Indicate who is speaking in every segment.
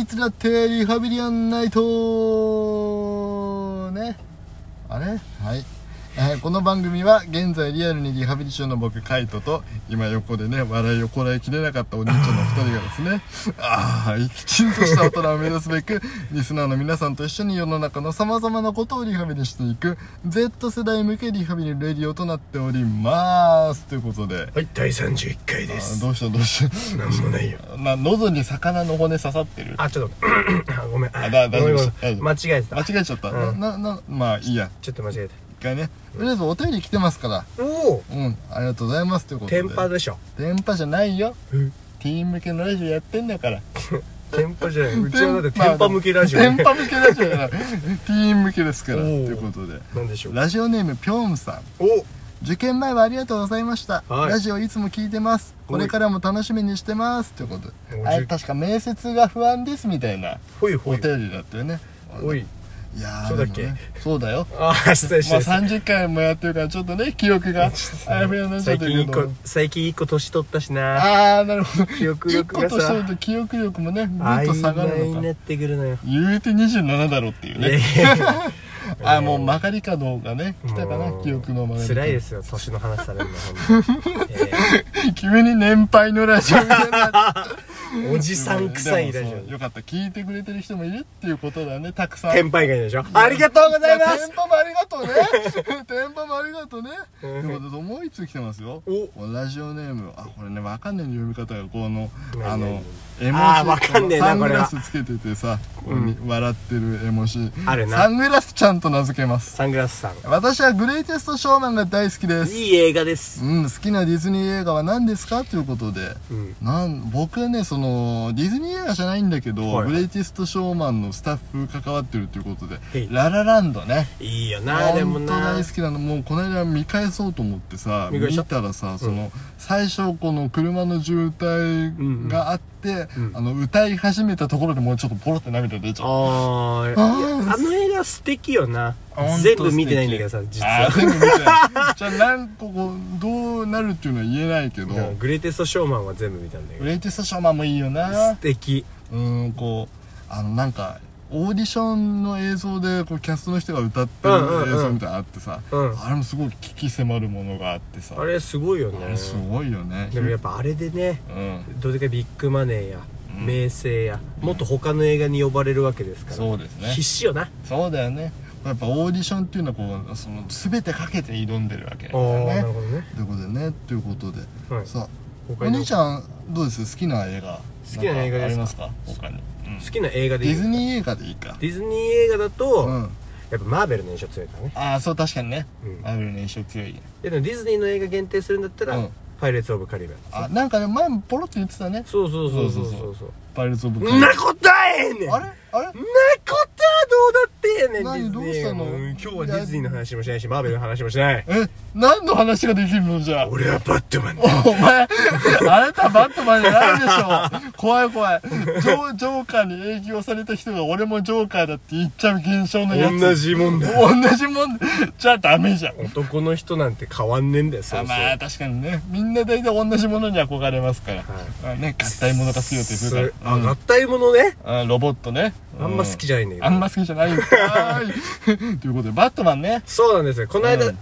Speaker 1: いつだってリハビリアンナイトねあれはい、えーこの番組は現在リアルにリハビリ中の僕カイトと今横でね笑いをこらえきれなかったお兄ちゃんの2人がですね ああきちんとした大人を目指すべくリスナーの皆さんと一緒に世の中のさまざまなことをリハビリしていく Z 世代向けリハビリレディオとなっておりますということで
Speaker 2: はい第31回で
Speaker 1: あ
Speaker 2: す
Speaker 1: どうしたどうした
Speaker 2: なんもないよ
Speaker 1: な喉に魚の骨刺さってる
Speaker 2: あちょっと あごめん
Speaker 1: あだ大丈夫です
Speaker 2: ごめんごめん間違えてた
Speaker 1: 間違えちゃった、
Speaker 2: うん
Speaker 1: なななまあいいや
Speaker 2: ちょっと間違え
Speaker 1: 一回ねとりあえずお便り来てますから
Speaker 2: たおお
Speaker 1: うんありがとうございますということで
Speaker 2: テンパでしょ
Speaker 1: 電波じゃないよティーン向けのラジオやってんだから
Speaker 2: テンパじゃ ないうちはだってテンパ向けラジオ
Speaker 1: テン
Speaker 2: ね
Speaker 1: パ向けラジオじゃないティーン向けですから
Speaker 2: お
Speaker 1: と
Speaker 2: ー
Speaker 1: いうことで
Speaker 2: なんでしょう
Speaker 1: ラジオネームぴょんさん
Speaker 2: お
Speaker 1: 受験前はありがとうございました、
Speaker 2: はい
Speaker 1: ラジオいつも聞いてます
Speaker 2: お
Speaker 1: こ
Speaker 2: い
Speaker 1: れからも楽しみにしてますということ
Speaker 2: お
Speaker 1: で
Speaker 2: じ
Speaker 1: あれ確か面接が不安ですみたいな
Speaker 2: ほいほ
Speaker 1: お
Speaker 2: い
Speaker 1: 便りだったよね
Speaker 2: ほい
Speaker 1: いやー
Speaker 2: そうだっけ
Speaker 1: でもねそうだよ
Speaker 2: あー失礼し
Speaker 1: まあ
Speaker 2: ました
Speaker 1: 30回もやってるからちょっとね記憶 があやふやになっちゃって
Speaker 2: 最近
Speaker 1: る
Speaker 2: 一
Speaker 1: け
Speaker 2: 個
Speaker 1: ど
Speaker 2: 最近一個年取ったしな
Speaker 1: ああなるほど
Speaker 2: 記憶
Speaker 1: 一
Speaker 2: 力
Speaker 1: 個
Speaker 2: が
Speaker 1: とし
Speaker 2: さ
Speaker 1: てると記憶力もねぐっと下
Speaker 2: 曖
Speaker 1: がる
Speaker 2: 昧
Speaker 1: の
Speaker 2: に
Speaker 1: か
Speaker 2: なってくるのよ
Speaker 1: 言うて27だろっていう
Speaker 2: いやい
Speaker 1: ね
Speaker 2: やいや
Speaker 1: ああもう曲がり角がね来たかな
Speaker 2: もう
Speaker 1: 記憶の曲がり
Speaker 2: 辛いですすよ年の話される のほんとにえ
Speaker 1: 急に年配のラジオみたいになっちゃう
Speaker 2: えおじさん臭い
Speaker 1: で
Speaker 2: ラジ
Speaker 1: もそう
Speaker 2: オ
Speaker 1: よかった聞いてくれてる人もいるっていうことだねたくさん
Speaker 2: テンパ以外でしょありがとうございま
Speaker 1: や
Speaker 2: す
Speaker 1: テンパもありがとうねテンパもありがとうねということでもう一通来てますよラジオネームあこれねわかんない読み方がこのあ
Speaker 2: 何
Speaker 1: の
Speaker 2: 何
Speaker 1: 絵文字
Speaker 2: あーわかんねえな
Speaker 1: サングラ
Speaker 2: こ
Speaker 1: スつけててさここに笑ってる絵文字
Speaker 2: あるな
Speaker 1: サングラスちゃんと名付けます
Speaker 2: サングラスさん
Speaker 1: 私はグレイテストショーマンが大好きです
Speaker 2: いい映画です
Speaker 1: うん、好きなディズニー映画は何ですかということで、
Speaker 2: うん
Speaker 1: なん僕はねそのディズニー映画じゃないんだけど、
Speaker 2: はいはい
Speaker 1: グレイテストショーマンのスタッフ関わってるということで
Speaker 2: へい
Speaker 1: 「ララランドね」
Speaker 2: いいよ
Speaker 1: 本
Speaker 2: な
Speaker 1: 当
Speaker 2: でもな
Speaker 1: 大好きなのもうこの間見返そうと思ってさ
Speaker 2: 見返した
Speaker 1: たらさその、最初この車の渋滞があって、
Speaker 2: うん
Speaker 1: あの歌い始めたところでもうちょっとポロって涙出ちゃう
Speaker 2: あーい
Speaker 1: あー
Speaker 2: やあの映画素敵よな
Speaker 1: あほんと
Speaker 2: 全部見てないんだけどさ実
Speaker 1: あ
Speaker 2: は
Speaker 1: ー全部見てないじゃあ何個こうどうなるっていうのは言えないけど
Speaker 2: うんグレイテストショーマンは全部見たんだけ
Speaker 1: グ
Speaker 2: ど
Speaker 1: レイテストショーマンもいいよ
Speaker 2: 素
Speaker 1: な
Speaker 2: 敵
Speaker 1: うーんこうあのなんかオーディションの映像でこうキャストの人が歌ってる
Speaker 2: うんうんうん
Speaker 1: 映像みたいなのあってさ、
Speaker 2: うん
Speaker 1: あれもすごい危機迫るものがあってさ
Speaker 2: あれすごいよ
Speaker 1: あ
Speaker 2: ね
Speaker 1: れすごいよね
Speaker 2: でもやっぱあれでね
Speaker 1: うん
Speaker 2: どうでかいビッグマネーや
Speaker 1: うん
Speaker 2: 名声やもっと他の映画に呼ばれるわけですから
Speaker 1: そうですね
Speaker 2: 必死よな
Speaker 1: そうだよねやっぱオーディションっていうのはこうその全てかけて挑んでるわけだ
Speaker 2: あ
Speaker 1: か
Speaker 2: あ
Speaker 1: ら
Speaker 2: な
Speaker 1: ね
Speaker 2: るほどね
Speaker 1: ということでねということで、
Speaker 2: はい
Speaker 1: さお
Speaker 2: 他に
Speaker 1: 兄ちゃんどうです好きな映画
Speaker 2: 好きな映画ですか
Speaker 1: んありますか他に、うん
Speaker 2: 好きな映画で
Speaker 1: デ
Speaker 2: いい
Speaker 1: ィズニー映画でいいか
Speaker 2: ディズニー映画だと、
Speaker 1: うん
Speaker 2: やっぱマーベルの印象強いからね
Speaker 1: ああそう確かにね、
Speaker 2: うん
Speaker 1: マーベルの印象強いね
Speaker 2: でもディズニーの映画限定するんだったら、
Speaker 1: うん
Speaker 2: パイレーツ・オブ・カリビアン
Speaker 1: あなんかね前もポロって言ってたね
Speaker 2: そうそうそうそうそうそう
Speaker 1: パイレーツ・オブ・
Speaker 2: んな
Speaker 1: あ
Speaker 2: ことえねん
Speaker 1: れ
Speaker 2: んな
Speaker 1: あれ
Speaker 2: ことはどうだってええねん
Speaker 1: 何
Speaker 2: ディズニー
Speaker 1: どうしたの
Speaker 2: ん今日はディズニーの話もしないしマーベルの話もしない
Speaker 1: え何の話ができるのじゃあ
Speaker 2: 俺はバット マンだ
Speaker 1: お前、あなたバットマンじゃないでしょ。怖い怖い。ジョージョーカーに影響された人が俺もジョーカーだって言っちゃう現象のやつ。
Speaker 2: 同。じもんだ
Speaker 1: 同じもん。じゃあダメじゃん。
Speaker 2: 男の人なんて変わんねえんだよそうそう、
Speaker 1: まあ確かにね。みんな大体同じものに憧れますから。あね、合体ものが好きだって言うから。
Speaker 2: あ合体ものね
Speaker 1: うんあロボットね。
Speaker 2: あんま好き
Speaker 1: じ
Speaker 2: じゃないんだけど、
Speaker 1: あんま好きじゃないんかい。ということで、バットマンね。
Speaker 2: そうなんですよこの間、
Speaker 1: う
Speaker 2: ね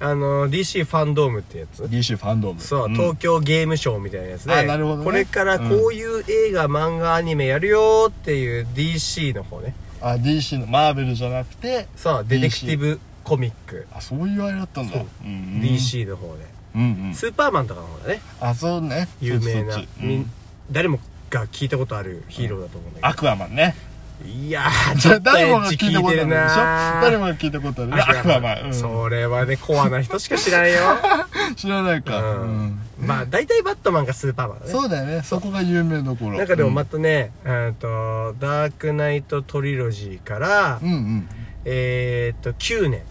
Speaker 2: あの DC ファンドームってやつ
Speaker 1: DC ファンドーム。
Speaker 2: そう、
Speaker 1: ん
Speaker 2: 東京ゲームショーみたいなやつで
Speaker 1: あなるほどね
Speaker 2: これからこういう映画、漫画アニメやるよーっていう DC の方ね
Speaker 1: あ、DC のマーベルじゃなくて、
Speaker 2: さあ
Speaker 1: DC
Speaker 2: ディテクティブコミック、
Speaker 1: あ、そういうあれだったんだ。
Speaker 2: そう
Speaker 1: うんうん。
Speaker 2: DC の方で、
Speaker 1: うんうん。
Speaker 2: スーパーマンとかの方だね
Speaker 1: あそうね
Speaker 2: 有名な、
Speaker 1: そっちそっち
Speaker 2: み
Speaker 1: うん
Speaker 2: ん、誰もが聞いたことあるヒーローだと思うんだ
Speaker 1: アクアマンね
Speaker 2: けど、いやーち
Speaker 1: じ
Speaker 2: ょ
Speaker 1: ゃ
Speaker 2: っとエ
Speaker 1: 誰も
Speaker 2: ッ
Speaker 1: が
Speaker 2: チ
Speaker 1: 聞いた
Speaker 2: 聞
Speaker 1: こ
Speaker 2: い
Speaker 1: とある
Speaker 2: てる
Speaker 1: でしょ
Speaker 2: な
Speaker 1: 誰
Speaker 2: ー
Speaker 1: もが聞いたことある
Speaker 2: アク
Speaker 1: アク
Speaker 2: ア
Speaker 1: ア
Speaker 2: マ
Speaker 1: マ
Speaker 2: ン
Speaker 1: ン、うん
Speaker 2: それはねコアな人しか知ら んよ、
Speaker 1: 知らないうか、うん
Speaker 2: ん、まあ大体バットマンがスーパーマンだね
Speaker 1: そうだよねそこが有名どころ
Speaker 2: 中でも
Speaker 1: うん
Speaker 2: またね、えーとダークナイトトリロジーから、
Speaker 1: うんうん
Speaker 2: えっと9年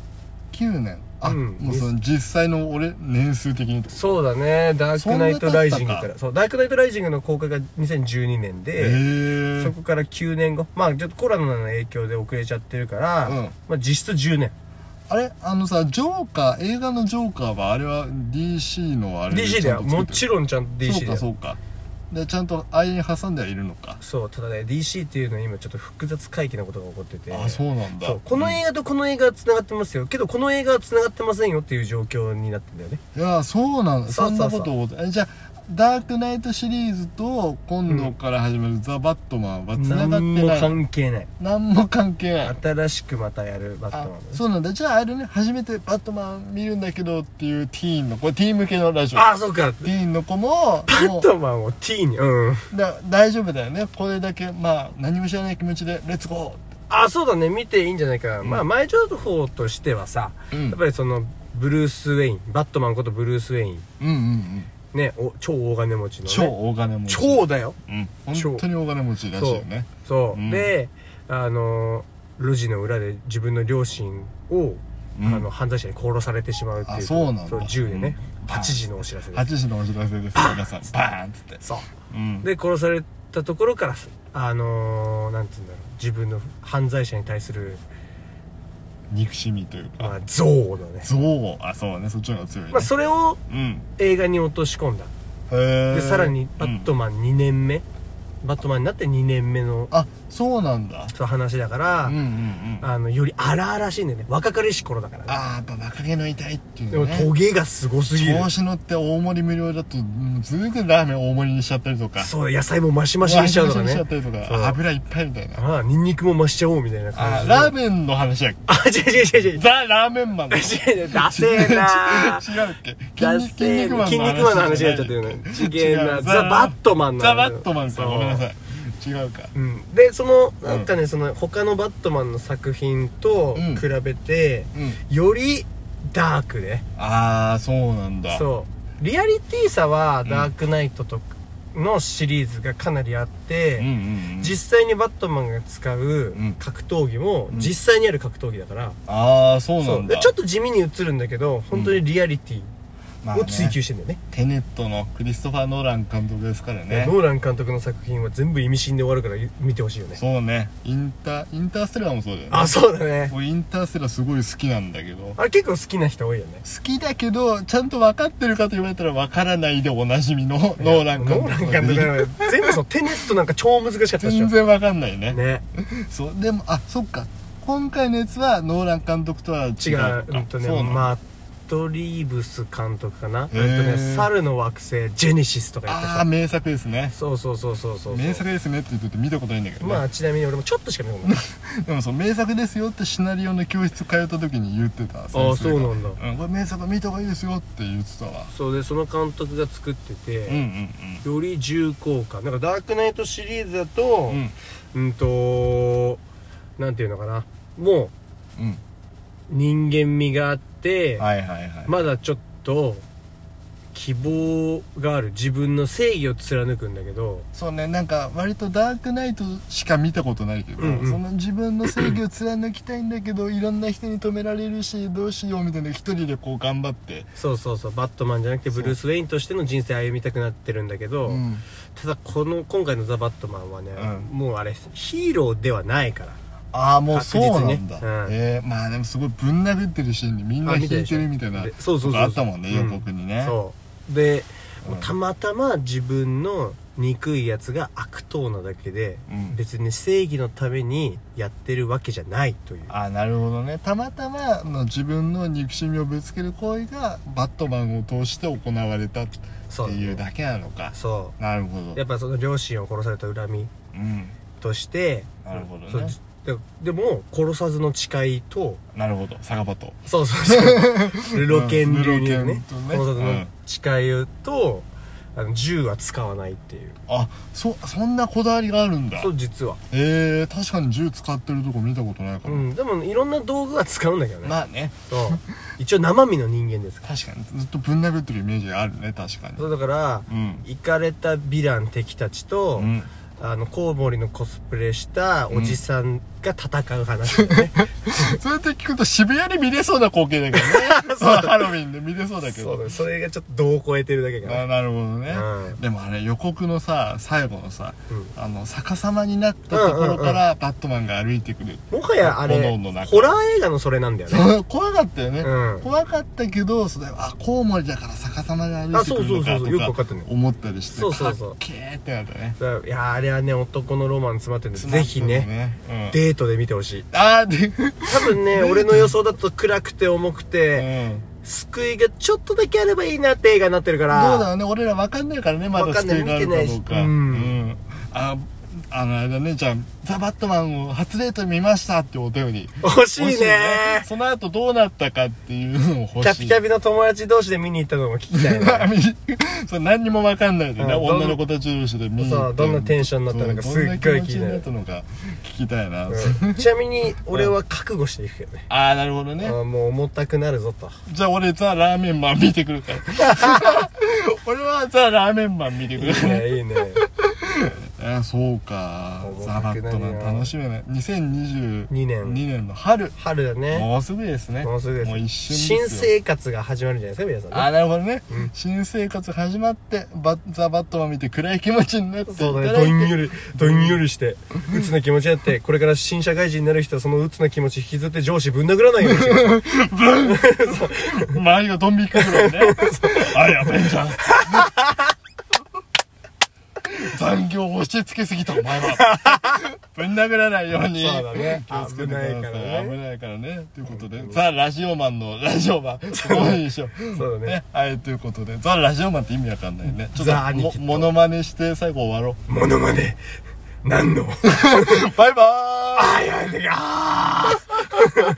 Speaker 1: 9年あ、
Speaker 2: うん
Speaker 1: もうその実際の俺年数的にと
Speaker 2: そうだねダークナイトライジングか
Speaker 1: そんな経った
Speaker 2: らそうダークナイトライジングの公開が2012年
Speaker 1: へえ
Speaker 2: で、そこから9年後まあちょっとコロナの影響で遅れちゃってるから、
Speaker 1: うん
Speaker 2: まあ、実質10年
Speaker 1: あれあのさジョーカー映画のジョーカーはあれは DC のあれ
Speaker 2: DC だよもち
Speaker 1: ろ
Speaker 2: ろんちゃんと DC だ
Speaker 1: そ
Speaker 2: よ
Speaker 1: うかでちゃんと間に挟んではいるのか
Speaker 2: そうただね DC っていうのは今ちょっと複雑回帰なことが起こってて
Speaker 1: あそうなんだ
Speaker 2: そうこの映画とこの映画は繋がってますよけどこの映画は繋がってませんよっていう状況になってんだよね
Speaker 1: いやそうなの
Speaker 2: そ
Speaker 1: そう
Speaker 2: そ
Speaker 1: ん
Speaker 2: うそう
Speaker 1: なことをえじゃあダークナイトシリーズと今度から始まるザ・バットマンはつながって
Speaker 2: 何も
Speaker 1: ない何も
Speaker 2: 関係ない
Speaker 1: 関係ない
Speaker 2: 新しくまたやるバッ
Speaker 1: あ
Speaker 2: トマン
Speaker 1: そうなんだじゃああれね初めてバットマン見るんだけどっていうティーンのこれティーン向けのラジオ
Speaker 2: ああそうか
Speaker 1: ティーンの子も
Speaker 2: バ
Speaker 1: も
Speaker 2: ッ
Speaker 1: う
Speaker 2: トマンを T にうん
Speaker 1: だ大丈夫だよねこれだけまあ何も知らない気持ちでレッツゴ
Speaker 2: あそうだね見ていいんじゃないかな、まあ前情報としてはさ、
Speaker 1: ー、うん、
Speaker 2: やっぱりそのブルース・ウェインバットマンことブルース・ウェイン
Speaker 1: うんうんうん
Speaker 2: ねお超大金持ちの、ね、
Speaker 1: 超大金持ち
Speaker 2: 超だよ
Speaker 1: うん
Speaker 2: 超
Speaker 1: 本当に大金持ちらしいよね
Speaker 2: そ
Speaker 1: う
Speaker 2: う、
Speaker 1: ん
Speaker 2: であの路地の裏で自分の両親を、
Speaker 1: うん
Speaker 2: あの犯罪者に殺されてしまうっていう
Speaker 1: あそうなんだ
Speaker 2: 銃でね、
Speaker 1: うん
Speaker 2: 8時のお知らせで
Speaker 1: 8時のお知らせです皆さんバーンっつって
Speaker 2: そう
Speaker 1: うん
Speaker 2: で殺されたところからあのー、なんて言うんだろう自分の犯罪者に対する、
Speaker 1: 憎しみという
Speaker 2: まあ
Speaker 1: か、
Speaker 2: 憎悪のね、
Speaker 1: 憎悪あそうねそっちの方が強いね
Speaker 2: まあ、それを
Speaker 1: うん
Speaker 2: 映画に落とし込んだ
Speaker 1: へ
Speaker 2: で
Speaker 1: え
Speaker 2: さらにバットマン2年目、バットマンになって2年目の
Speaker 1: あそうなんだ
Speaker 2: そう話だから、
Speaker 1: うんうんうん
Speaker 2: あのより荒々しいんだよね若かりし頃だからね
Speaker 1: ああやっぱ若気の痛いってい
Speaker 2: でも
Speaker 1: う
Speaker 2: ト
Speaker 1: ね
Speaker 2: ゲがすごすぎる
Speaker 1: 調子乗って大盛り無料だとうんずーくラーメン大盛りにしちゃったりとか
Speaker 2: そう野菜もマシマシにしちゃうとか
Speaker 1: マシマシにしちゃ
Speaker 2: ね
Speaker 1: ったりと
Speaker 2: そう
Speaker 1: か油いっぱいみたいな
Speaker 2: ああニンニクも増しちゃおうみたいな感
Speaker 1: あ
Speaker 2: じ
Speaker 1: ラー
Speaker 2: ン
Speaker 1: メンの話やっけ
Speaker 2: あ違う違 う違う違う違う
Speaker 1: ザ・ラーメン マンの違う
Speaker 2: 違うダセえな
Speaker 1: っけ
Speaker 2: ダ
Speaker 1: 筋筋
Speaker 2: セえ
Speaker 1: 肉
Speaker 2: な
Speaker 1: マン
Speaker 2: 筋
Speaker 1: の話
Speaker 2: 肉マンの話になっちゃってるね違えなザ・バットマンの
Speaker 1: ザ・バットマン
Speaker 2: そ
Speaker 1: か
Speaker 2: う
Speaker 1: ごめんなさい違うか
Speaker 2: うん、でそのなんかね、その他のバットマンの作品と
Speaker 1: うん
Speaker 2: 比べて、
Speaker 1: うん
Speaker 2: よりダークで
Speaker 1: ああそうなんだ
Speaker 2: そうリアリティさはダークナイトとのシリーズがかなりあって、
Speaker 1: うんうんうん
Speaker 2: 実際にバットマンが使う
Speaker 1: うん
Speaker 2: 格闘技も
Speaker 1: うん
Speaker 2: 実際にある格闘技だから、
Speaker 1: ああそうなんだ
Speaker 2: でちょっと地味に映るんだけど本当にリアリティ
Speaker 1: まあ
Speaker 2: を
Speaker 1: ね
Speaker 2: 追求してんだよね,、
Speaker 1: テネットのクリストファー・ノーラン監督ですからね
Speaker 2: ノーラン監督の作品は全部意味深で終わるから見てほしいよね
Speaker 1: そうねインターインターステラーもそうだよね
Speaker 2: あそうだね
Speaker 1: 俺インターステラーすごい好きなんだけど
Speaker 2: あれ結構好きな人多いよね
Speaker 1: 好きだけどちゃんと分かってるかと言われたら分からないでおなじみのノーラン監
Speaker 2: ノー
Speaker 1: 督
Speaker 2: ラン監督は全部そのテネットなんか超難しかったでしょ
Speaker 1: 全然分かんないね
Speaker 2: ね
Speaker 1: そうでもあそっか今回のやつはノーラン監督とは違う
Speaker 2: 違
Speaker 1: か
Speaker 2: ううんとね
Speaker 1: そうなんだ
Speaker 2: マット・リーブス監督かな、
Speaker 1: へー
Speaker 2: うんとね猿の惑星ジェネシスとかや
Speaker 1: ああ
Speaker 2: って
Speaker 1: 名作ですね
Speaker 2: たそうそうそうそうそう
Speaker 1: 名作ですねって言ってて見たことないんだけど、ね
Speaker 2: まあちなみに俺もちょっとしか見たことない
Speaker 1: でもそう名作ですよってシナリオの教室通った時に言ってたあ
Speaker 2: ああそうなんだ
Speaker 1: うん、これ名作見た方がいいですよって言ってたわ
Speaker 2: そうでその監督が作って
Speaker 1: うんう
Speaker 2: て、
Speaker 1: ん
Speaker 2: より重厚感なんかダークナイトシリーズだと
Speaker 1: うんうん
Speaker 2: うんとなんていうのかなも
Speaker 1: う
Speaker 2: う人間味があって、
Speaker 1: んはいはいはい、
Speaker 2: まだちょっと希望がある自分の正義を貫くんだけど
Speaker 1: そうねなんか割とダークナイトしか見たことないけど、
Speaker 2: うんうん
Speaker 1: その自分の正義を貫きたいんだけどいろんな人に止められるしどうしようみたいな一人でこう頑張って、
Speaker 2: そうそうそうバットマンじゃなくてブルース・ウェインとしての人生歩みたくなってるんだけど、
Speaker 1: うん、
Speaker 2: ただこの今回の「ザ・バットマン」はね、
Speaker 1: うん
Speaker 2: もうあれヒーローではないから
Speaker 1: ああもうそうなんだ、
Speaker 2: 確実にねうん
Speaker 1: えーまあでもすごいぶん殴ってるシーンでみんな
Speaker 2: あ
Speaker 1: 弾
Speaker 2: 見
Speaker 1: い
Speaker 2: たでしてょ
Speaker 1: るみたいな
Speaker 2: でそうそ
Speaker 1: と
Speaker 2: うそうそ
Speaker 1: か
Speaker 2: う
Speaker 1: あったもんね、
Speaker 2: う
Speaker 1: 予
Speaker 2: ん
Speaker 1: 告にね
Speaker 2: そうで、
Speaker 1: うん
Speaker 2: たまたま自分の憎いやつが悪党なだけで、
Speaker 1: うん
Speaker 2: 別に正義のためにやってるわけじゃないという
Speaker 1: ああなるほどねたまたまの自分の憎しみをぶつける行為がバットマンを通して行われたって
Speaker 2: そう
Speaker 1: いうだけなのか
Speaker 2: そ
Speaker 1: なるほど
Speaker 2: うやっぱその両親を殺された恨み
Speaker 1: うん
Speaker 2: として
Speaker 1: なるほどね
Speaker 2: そうででも殺さずの誓いと、
Speaker 1: なるほど酒場と
Speaker 2: そうそう そう。ルロケン流に
Speaker 1: ルロケ
Speaker 2: ね
Speaker 1: ンと、ね
Speaker 2: こ
Speaker 1: う
Speaker 2: の里の
Speaker 1: ん
Speaker 2: 誓いと、あの銃は使わないっていう。
Speaker 1: あそそんなこだわりがあるんだ
Speaker 2: そう、実は。
Speaker 1: えー、確かに銃使ってるとこ見たことないか
Speaker 2: う
Speaker 1: も、
Speaker 2: ん。でも、いろんな道具は使うんだけどね。
Speaker 1: まあね
Speaker 2: そう。一応生身の人間ですから。
Speaker 1: 確かにずっとぶん殴ってるイメージがあるね確かに
Speaker 2: そう、だから、
Speaker 1: うん
Speaker 2: イカれたヴィラン敵たちと、
Speaker 1: うん
Speaker 2: あの、コウモリのコスプレしたおじさんが戦う 話だよね。
Speaker 1: そうやって聞くと渋谷で見れそうな光景だけ どねそうハロウィンで見れそうだけ
Speaker 2: そ
Speaker 1: ど
Speaker 2: う、それがちょっと度を超えてるだけか
Speaker 1: あ
Speaker 2: な。
Speaker 1: なるほどね、
Speaker 2: うん
Speaker 1: でもあれ予告のさ最後のさ、
Speaker 2: う
Speaker 1: あの逆さまになったところからバットマンが歩いてくる、
Speaker 2: もはやあれ、
Speaker 1: 炎の中
Speaker 2: ホラー映画のそれなんだよね。
Speaker 1: 怖かったよね、
Speaker 2: うん
Speaker 1: 怖かったけどそれあコウモリだから逆逆さまで歩いてくるの
Speaker 2: あそうそうそうそうよくわ
Speaker 1: か
Speaker 2: か
Speaker 1: と
Speaker 2: った
Speaker 1: か
Speaker 2: ね
Speaker 1: 思ったりして
Speaker 2: そうそうそう
Speaker 1: かっけーってなったね
Speaker 2: だからいやーあれはね男のロマン詰まってるんでぜひね
Speaker 1: うん
Speaker 2: デートで見てほしい
Speaker 1: あーで
Speaker 2: 多分ね俺の予想だと暗くて重く
Speaker 1: う
Speaker 2: て、
Speaker 1: ん
Speaker 2: 救いがちょっとだけあればいいなって映画になってるか
Speaker 1: ど
Speaker 2: ら
Speaker 1: うだろうね俺らわかんないからねま
Speaker 2: わ
Speaker 1: だ
Speaker 2: かんない
Speaker 1: 救いがあるかどうか
Speaker 2: 見てないしうん
Speaker 1: うんああのあれだねじゃあ「ザ・バットマン」を初デートで見ましたってお便り
Speaker 2: 欲しいね
Speaker 1: 欲その後どうなったかっていうのを欲しい
Speaker 2: キャピキャピの友達同士で見に行ったのも聞きたいな
Speaker 1: そう何にも分かんないでね、
Speaker 2: うんどん
Speaker 1: 女の子たち同士で見に行
Speaker 2: そうどんなテンションになったのか
Speaker 1: そう
Speaker 2: すっごい
Speaker 1: どんな気持
Speaker 2: 気
Speaker 1: ち
Speaker 2: に
Speaker 1: に
Speaker 2: なる
Speaker 1: なったのか聞きたいな、
Speaker 2: うんちなみに俺は覚悟していくけどね
Speaker 1: ああなるほどね、
Speaker 2: あーもう重たくなるぞと
Speaker 1: じゃあ俺ザ・ラーメンマン見てくる から俺はザ・ラーメンマン見てく
Speaker 2: い
Speaker 1: る
Speaker 2: い
Speaker 1: から
Speaker 2: ねいいね
Speaker 1: あそうか
Speaker 2: 重
Speaker 1: ザ・
Speaker 2: た
Speaker 1: バ
Speaker 2: く
Speaker 1: ッ
Speaker 2: な
Speaker 1: ト
Speaker 2: るよ
Speaker 1: マン楽しみだね2022
Speaker 2: 二年
Speaker 1: 年の春
Speaker 2: 春だね
Speaker 1: もうすぐですね
Speaker 2: もうすぐです
Speaker 1: もう一瞬
Speaker 2: 新
Speaker 1: ですよ
Speaker 2: 生活が始まるんじゃないですか皆さん
Speaker 1: あー
Speaker 2: ね
Speaker 1: なるほどね、新生活始まってバザ・バットマン見て暗い気持ちになっていた
Speaker 2: そうだ
Speaker 1: だ
Speaker 2: ね
Speaker 1: い
Speaker 2: どん
Speaker 1: て
Speaker 2: よりどんよりして鬱な気持ちになってこれから新社会人になる人はその鬱な気持ち引きずって上司ぶん殴らないようにして
Speaker 1: 周りがドン引きかくるね。 あ、やべえじゃん。残業を押し付けすぎたお前は。ぶん殴らないように。
Speaker 2: そうだね
Speaker 1: 気をつけてください。
Speaker 2: 危ないからね
Speaker 1: 危ないからね。ということで、ザ・ラジオマンのラジオマン。すごいでしょ。
Speaker 2: そうだね
Speaker 1: はい、ということで、ザ・ラジオマンって意味わかんないね。ちょっ
Speaker 2: ザ
Speaker 1: と
Speaker 2: 兄
Speaker 1: も
Speaker 2: 貴と
Speaker 1: モノマネして最後終わろ
Speaker 2: モノマネ何の
Speaker 1: う。バイバーイ
Speaker 2: ah. あいやいや